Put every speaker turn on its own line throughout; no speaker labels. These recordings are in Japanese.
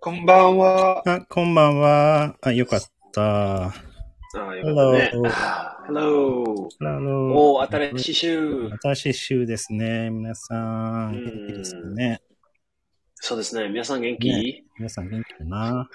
こんばんは。
あ、こんばんは。あ、よかった。
ああ、よか
Hello
ったね。ああ Hello。
Hello.
おー、新しい週。
新しい週ですね。皆さん、
うん
元気ですかね。
そうですね。皆さん元気、
ね皆さん元気かな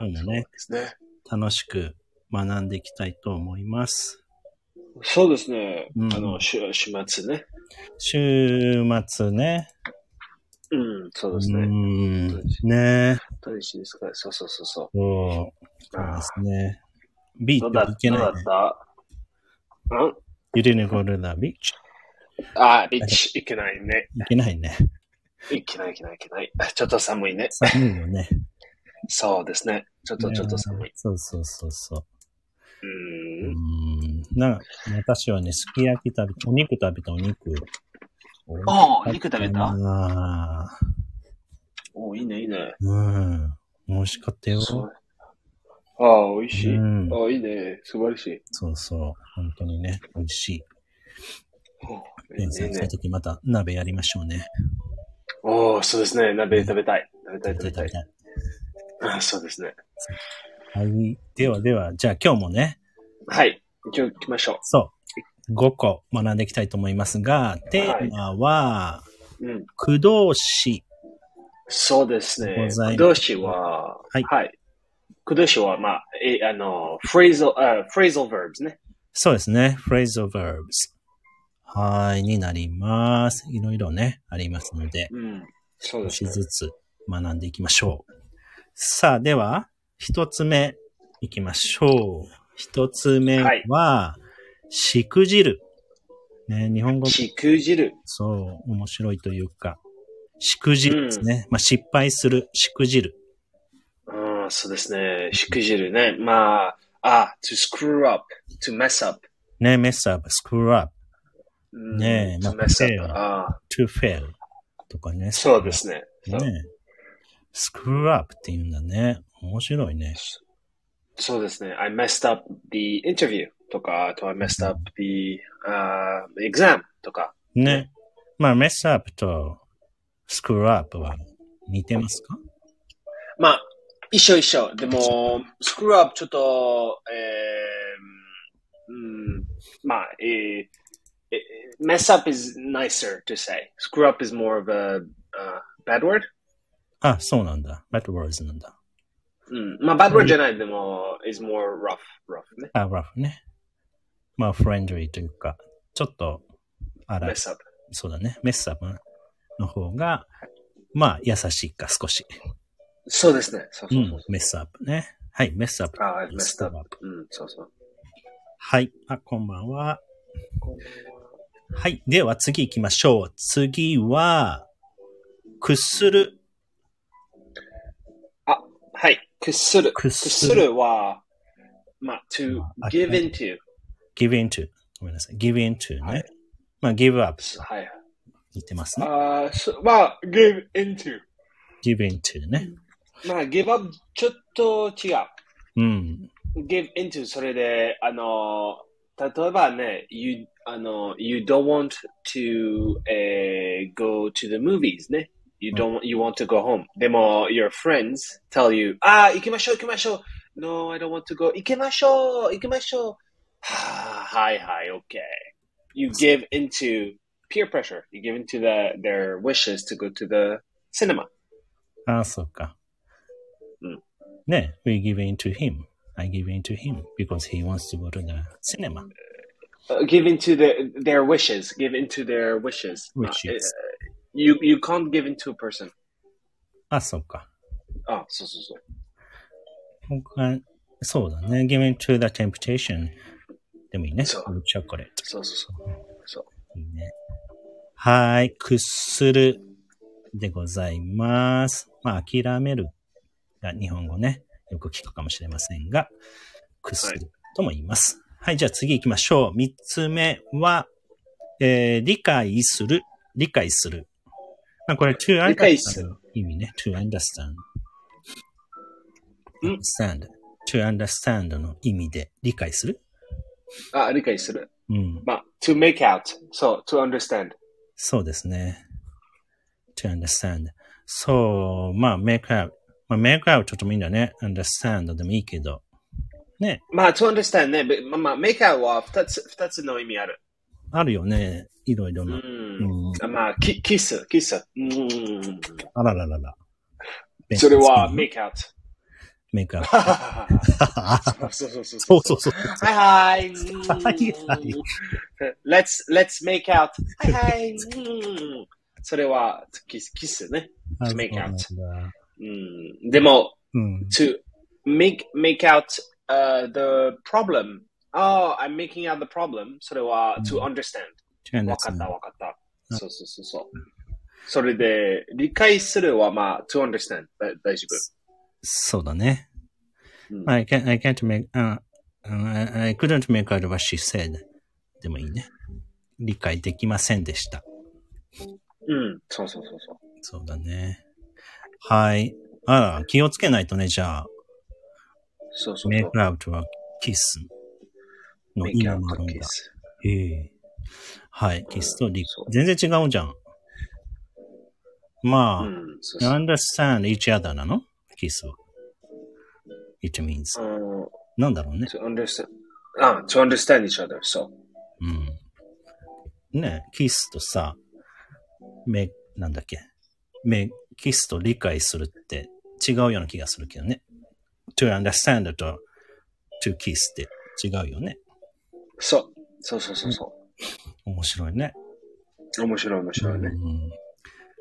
今日もね、
ですね。
楽しく学んでいきたいと思います。
そうですね。
うん
あの、週、週末ね。
週末ね。
うん、そうです
う
ね。
ん。ね
新しいですから、そうそうそうそ
そう。
う。
そう
あ
で
あ
すね。ビ
ど
ー
う
チ
だ
は
っ
行
たどうだったん
けないね。ゆりねこるだ、ビーチ
あ、ビーチ、いけないね。
行けないね。
いけない、いけない、いけない。ちょっと寒いね。
寒いよね。
そうですね。ちょっと、ちょっと寒い。
そうそうそうそう。
う。
うんんな、私はね、すき焼き食べ、お肉食べた、お肉。
ああ、肉食べた
ああ、
おーいいね、いいね。
うん。美味しかったよ。
そうああ、美味しい。
うん
ああ、いいね。素晴らしい。
そうそう。本当にね、美味しい。
おーいいねい
連戦
い
する
ね。
ときまた鍋やりましょうね。
おお、そうですね。鍋食べたい。食べたい、食べ
食
た
べ
い。
たい
あそうですね。
はい。ではでは、じゃあ今日もね、
はい。一応行きましょ
そう、5個学んでいきたいと思いますが、テーマは、
う。うん。
駆動詞。
そうですね
ご。ざ
く
います
どしは、
はい
はい。くどしは、まあ、え、あの、フレーズ、あ、フレーズ verbs ね。
そうですね。phrasal verbs。はい、になります。いろいろね、ありますので、
うん。そう
少
です
し
ね。
ずつ学んでいきましょう。さあ、では、一つ目いきましょう。一つ目は、しくじる。ね、日本語、
しくじる。
そう、面白いというか、しくじるですね。まあ、失敗する、しくじる。
うん、そうですね。しくじるね。まあ、あ、to screw up, to mess up.
ね、mess up, screw up,
うん
ねえ
to
まあ
mess
不正
up.
は
ああ、
to fail とかね。
そうですね。そう
ね。スクールアップって言うんだね。面白いね。
そうですね。I messed up the interview とか、あと I messed up the、uh, exam とか。
ね。まあ、メスアップとスクールアップは似てますか
まあ、一緒一緒。でも、スクールアップちょっと、えー、うん、まあ、えー、えー mess up is nicer to say. Screw up is more of a、uh, bad word?
あ、そうなんだ。バッドワーズなんだ。
うん。まあ、bad word じゃない。でも、is more rough, rough ね。
あ、ラフね。まあ、フレンドリーというか、ちょっと荒い。
mess up.
そうだね。メスアップの方が、まあ、優しいか、少し。
そうですね。そう
う
そうそ
ん
う。。
メスアップね。はい、メスアップ。
あ、I messed up.
スクールアップ
うん、そうそう。
はい。あ、こんばんは。はい。では次行きましょう。次は、屈する。
はい。屈する。
屈
屈
する
するは、まあ、to
まあ
give into.
give into. ごめんなさい。give into ね。
はい
まあ、give up
はい。
似てますね。
あーそまあ、give into.
give into ね。
まあ、give up ちょっと違う。
うん。
give into それで、あの、例えばね、you, あの、you don't want to、えー go to the movies ね。You don't, you want to go home. でも、your friends tell you, ああ、行きましょう行きましょう。No, I don't want to go. 行きましょう行きましょう。 はあはいはい、okay. You give into peer pressure. You give into the, their wishes to go to the cinema.
ああ、そうか。
うん
ね。we give into him. I give into him because he wants to go to the cinema.
Uh, give into the, their wishes. Give into their wishes. Uh,
Wishes.
uh, you you can't give into a person. Oh,
ああ、そうか。
あ、そうそうそう。
僕は、そうだね。give into the temptation でもいいね。
そう
c h o c o l a
そうそうそう。そう
いいね。はい。屈するでございます。まあ、諦めるが日本語ね、よく聞くかもしれませんが、屈するとも言います。はい、じゃあ次行きましょう。三つ目は、えー理解する。理解する。まあ、これ、to
理解す
understand
る
の意味ね。to understand.
ん
understand. to understand の意味で理解する。
あ、理解する。
うん。
まあ、to make out. そう、to understand.
そうですね。to understand. そう、まあ、make out まあ、メイクアウトともいいんだね。understand でもいいけど。ね。
まあ、to understand ね。ぶまあまあ、メイクアウトは二つ、二つの意味ある。
あるよね。いろいろ
うん。
な。うん
あまあ、キキス、キス。うん。
あらららら。
それは、メ
メ
イクアウ ト。
イクアウト。
そうそうそう
そうそうそう。
はいはい。
はいはい
うん Let's, let's make out. はい はい。うんそれは、キス、キスね。
あ
make out
そうなんだ
うんでも、
うん。
to make, make out、uh, the problem. Oh, I'm making out the problem. それは、to
うん
understand.
違うんだ
わかったわかった。そうそうそうそう。それで、理解するは、まあ、to understand. だ大丈
そうだね。
夫。うん
I can't, I can't make, uh, I, I couldn't make out what she said. でもいいね。理解できませんでした。
うん。そうそうそうそう。
そうだね。はい。あら、気をつけないとね、じゃあ、
そうそう
メイ
そう。
クアウトはキスの
make
意味
out
もあるん
the
だ。
kiss.
へえはい、キスとリ
そう
全然違うじゃん。まあ、
うん。そうそう
understand each other なのキスは。it means.
うん
なんだろうね。
to understand. あ、to understand each other. そ
うん。ねキスとさ、め、なんだっけ。め、キスと理解するって違うような気がするけどね。to understand と to kiss って違うよね。
う。そう。そうそうそうそ
面白いね。
う。面白い面白いね。
うん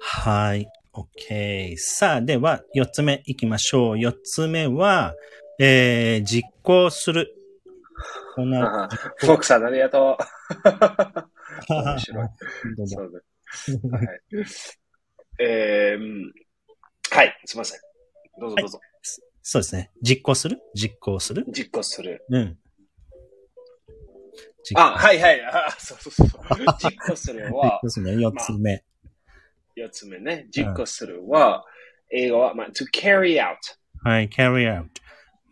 はい。OK。さあ、では、四つ目行きましょう。四つ目は、えー、実行する。こん
あ
な、。
はフォークさんありがとう。 面白い
本当だ
そうだ。はい。えーうん、はい。すみません。どうぞどうぞ。
そうですね。実行する実行する
実行する。
うん。実
あ、はいはい。あそうそうそう。実行するは
そ、うですね。四つ目。
四つ目ね。実行するは、英語は、まあ、to carry out。
はい、carry out。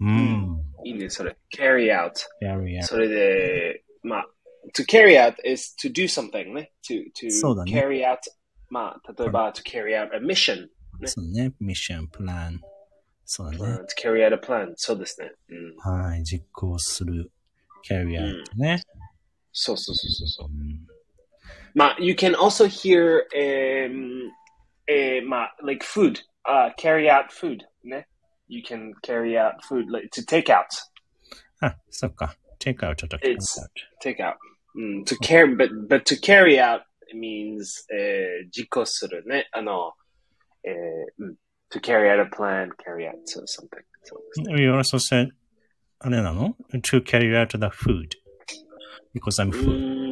うん。
いいね、それ。carry out。
carry out。
それで、まあ、to carry out is to do something ね。to,
そうだ
to
ね
carry out、まあ、例えば、to carry out a mission、ね
そうね。mission, plan。そうだ
うん
ね。
uh, to carry out a plan。そうですね。うん。
はい、実行する。carry out ね。
そうそうそうそうそう。
うん
まあ、you can also hear, えーえー、まあ、like food、uh, carry out food ね。You can carry out food, like, to take out,
あ、そっか。take out と carry out
It's- take out. うん、to carry, but, but to carry out means, eh, えー、実行するね。あの、えー、うん。to eh, mm, carry out a plan, carry out so something. そうですね
You also said, あれなの ?to carry out the food. because I'm
う
food.
ん。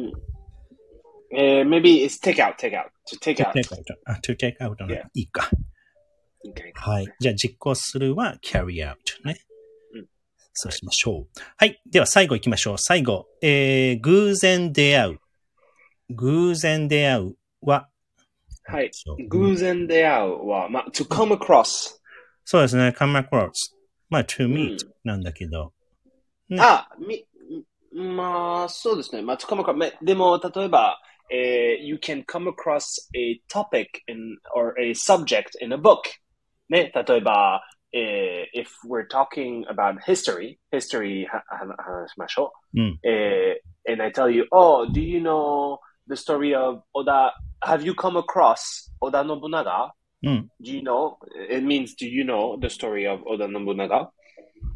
えー、maybe eh, it's take out, take out. to take
to
out.
take out. あ、to take out なの
Yeah.
いいか。
Okay.
はい。じゃあ実行するは carry out ね
うん。
そうしましょう。はい。では最後行きましょう。最後。えー、偶然出会う。偶然出会うは、
はい。
そう
偶然出会うは、まあ、to come across.
そうですね。come across。まあ to
うん
meet なんだけど。ね
あ、み、んまあ、そうですね。まあ、to come across. までも、例えば、えー you can come across a topic in, or a subject in a book. ね、例えば、えー if we're talking about history, history はは話しましょう。
うん
えー and I tell you, oh, do you know the story of Oda, have you come across Oda Nobunaga?
うん。
Do you know? It means, do you know the story of Oda Nobunaga?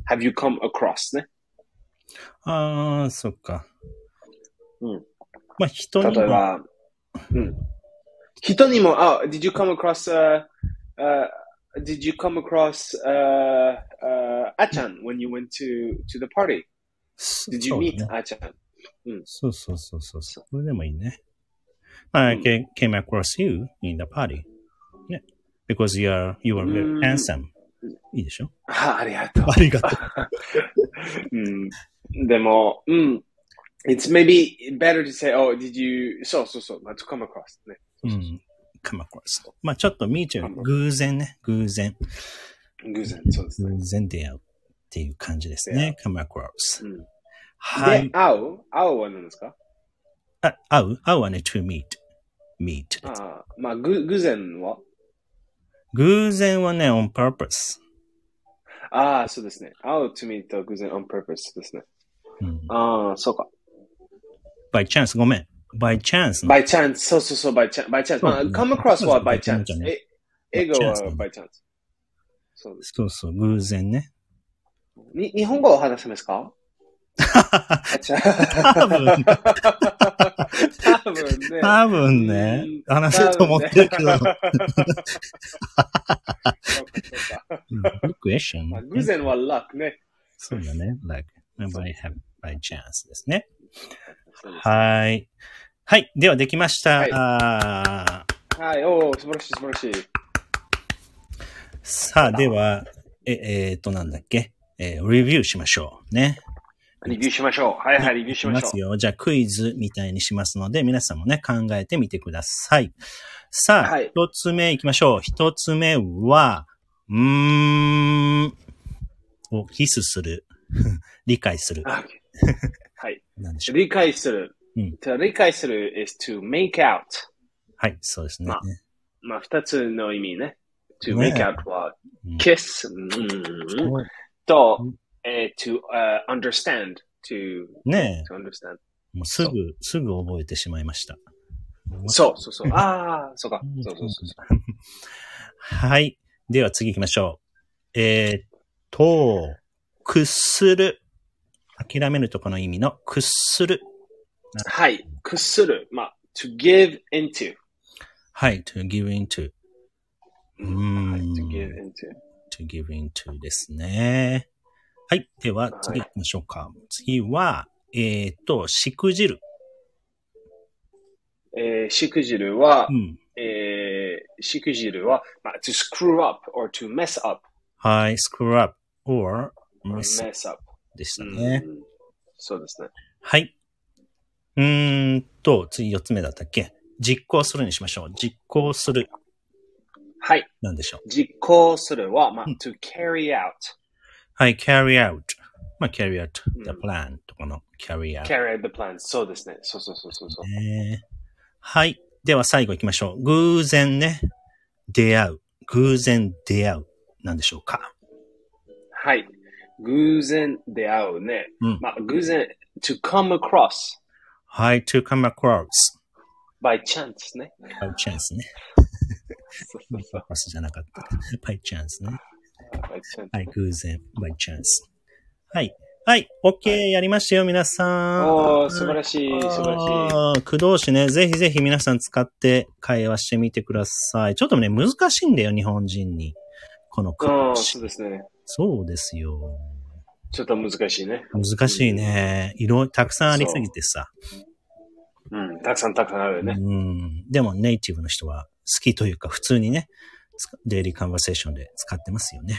Have you come across? ね。
あー、そっか。
うん。
まあ人に
例え
も、
ば、うん。人にも、あ、did you come across, uh, uh, did you come across, uh, uh, Achan when you went to, to the party?
そ
Did you
そう
meet
だね
Achan?
そうそうそうそう。そ
そ
れでもいいね。I
うん
ca- came across you in the party. ね。because you are, you are
うん
very handsome. いいでしょ
あ、ありがとう。
ありがとう。
うん。でも、うん。It's maybe better to say, oh, did you, そうそうそう、まあ to come across ね。
うん。come across. まあちょっと meet you.
come across
偶然ね。偶然。
偶然、そうですね。
偶然出会うっていう感じですね。come across.
うん
はい
で、。会う会うは何ですか
あ、会う会うはね、to meet. meet.
ああ、まあ、ぐ偶然は
偶然はね、on purpose.
ああ、そうですね。会う to me と偶然 on purpose ですね。
うん、
ああ、そうか。
by chance ごめん。by chance の
by chance、そうそうそう、by chance。by chance。まあ、
そう
come across は by
by
chance
chance じゃ。ね
え英語は
by chance
by chance。そうです。
そうそう、偶然ね。
に日本語を話せますかあちゃ
多分、
多分ね。
多分ね
うん、
話せると思ってるけ
多
ど。
分ねそうかそうか
good question.
まあ偶然は luck ね。
そうだね。like, by, have, by chance ですね。
そうです
はい。はい。ではできました。
はい
あー
はい、おお、素晴らしい素晴らしい。
さあ、では、え、えー、っと、なんだっけ。えーレビューしましょう。ね。
リビューしましょう。はいはい、リビューしましょ
すよ。じゃあ、クイズみたいにしますので、皆さんもね、考えてみてください。さあ、
はい
一、つ目いきましょう。一つ目は、うーん、をキスする。 理解する
う。。はい。
なんでしょう。
理解する。
うん
と理解する is to make out。
はい、そうですね。
まあまあ、二つの意味ね。to
ね
make out は
うん、
kiss、うん
おい
と
うん、
えー to、uh, understand, to,
ね
to understand.
え、もうすぐ、すぐ覚えてしまいました。
そうそうそう。ああ、そうか
う。ん
そうそうそう。
はい。では次行きましょう。えーっと、屈する。諦めるとこの意味の屈する。
はい。屈する。まあ、to give into.
はい、to give into, うーん
はい to give into.
to give into ですね。はい。では次行きましょうか。次は、えーっと、しくじる。
えー、しくじるは
う、ん。
えー、しくじるは、まあ、to screw up or to mess up.
はい、screw up or
or
miss
mess up.
でした
うん
ね。
そうですね。
はい。うーんと、次4つ目だったっけ実行するにしましょう。実行する。
はい。
なんでしょう。
実行するは、まあ
うん、
to carry out.
はい、carry out。まあ、carry out
うん
the plan とかの carry out。
carry out the plan. そうですね。そうそうそうそうそう。
ねはい。では最後行きましょう。偶然ね。出会う。偶然出会う。なんでしょうか。
はい。偶然出会うね。
うん
まあ、偶然、to come across
はい、to come across
by chance ね。
by chance ね。
そうそう
by
そう
purpose じゃなかった。by chance ね。
by chance
はい、偶然 by chance。はい。はい、OK、やりましたよ、皆さん。
おー、素晴らしい、素晴らしい。
あー駆動詞ね、ぜひぜひ皆さん使って会話してみてください。ちょっとね、難しいんだよ、日本人に。この駆
う
動
ん、
詞
そう。ですね。
そうですよ。
ちょっと難しいね。
難しいね。いろ、たくさんありすぎてさ。
うん、たくさんたくさんあるよ
う
ね。
ん。でもネイティブの人は好きというか、普通にね、つかデイリーカンバセーションで使ってますよね。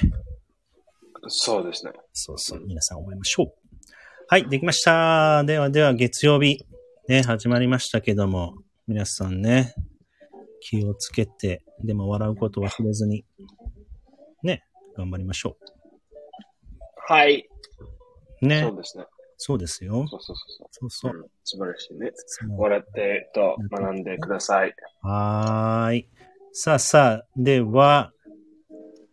そうですね。
そうそう。皆さん覚えましょう。はい、できました。ではでは、月曜日。ね、始まりましたけども、皆さんね、気をつけて、でも笑うこと忘れずに、ね、頑張りましょ
はい。
う。ね、そ
そううですね。
ですよ。
そうそうそう
そう
そ
そ
うう、うん。素晴らしいね。
そう。
笑ってと学んでください。
はーい。さあさあ、では、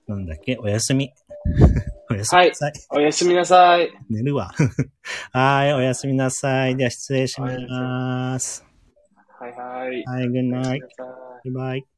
なんだっけ、おやすみ。 おやすみなさい。
おやすみなさい。
寝るわ。 はーい、おやすみなさい。では、失礼します。
はいはい。
は
おや
い、good
すみ
night.
なさい
Goodbye.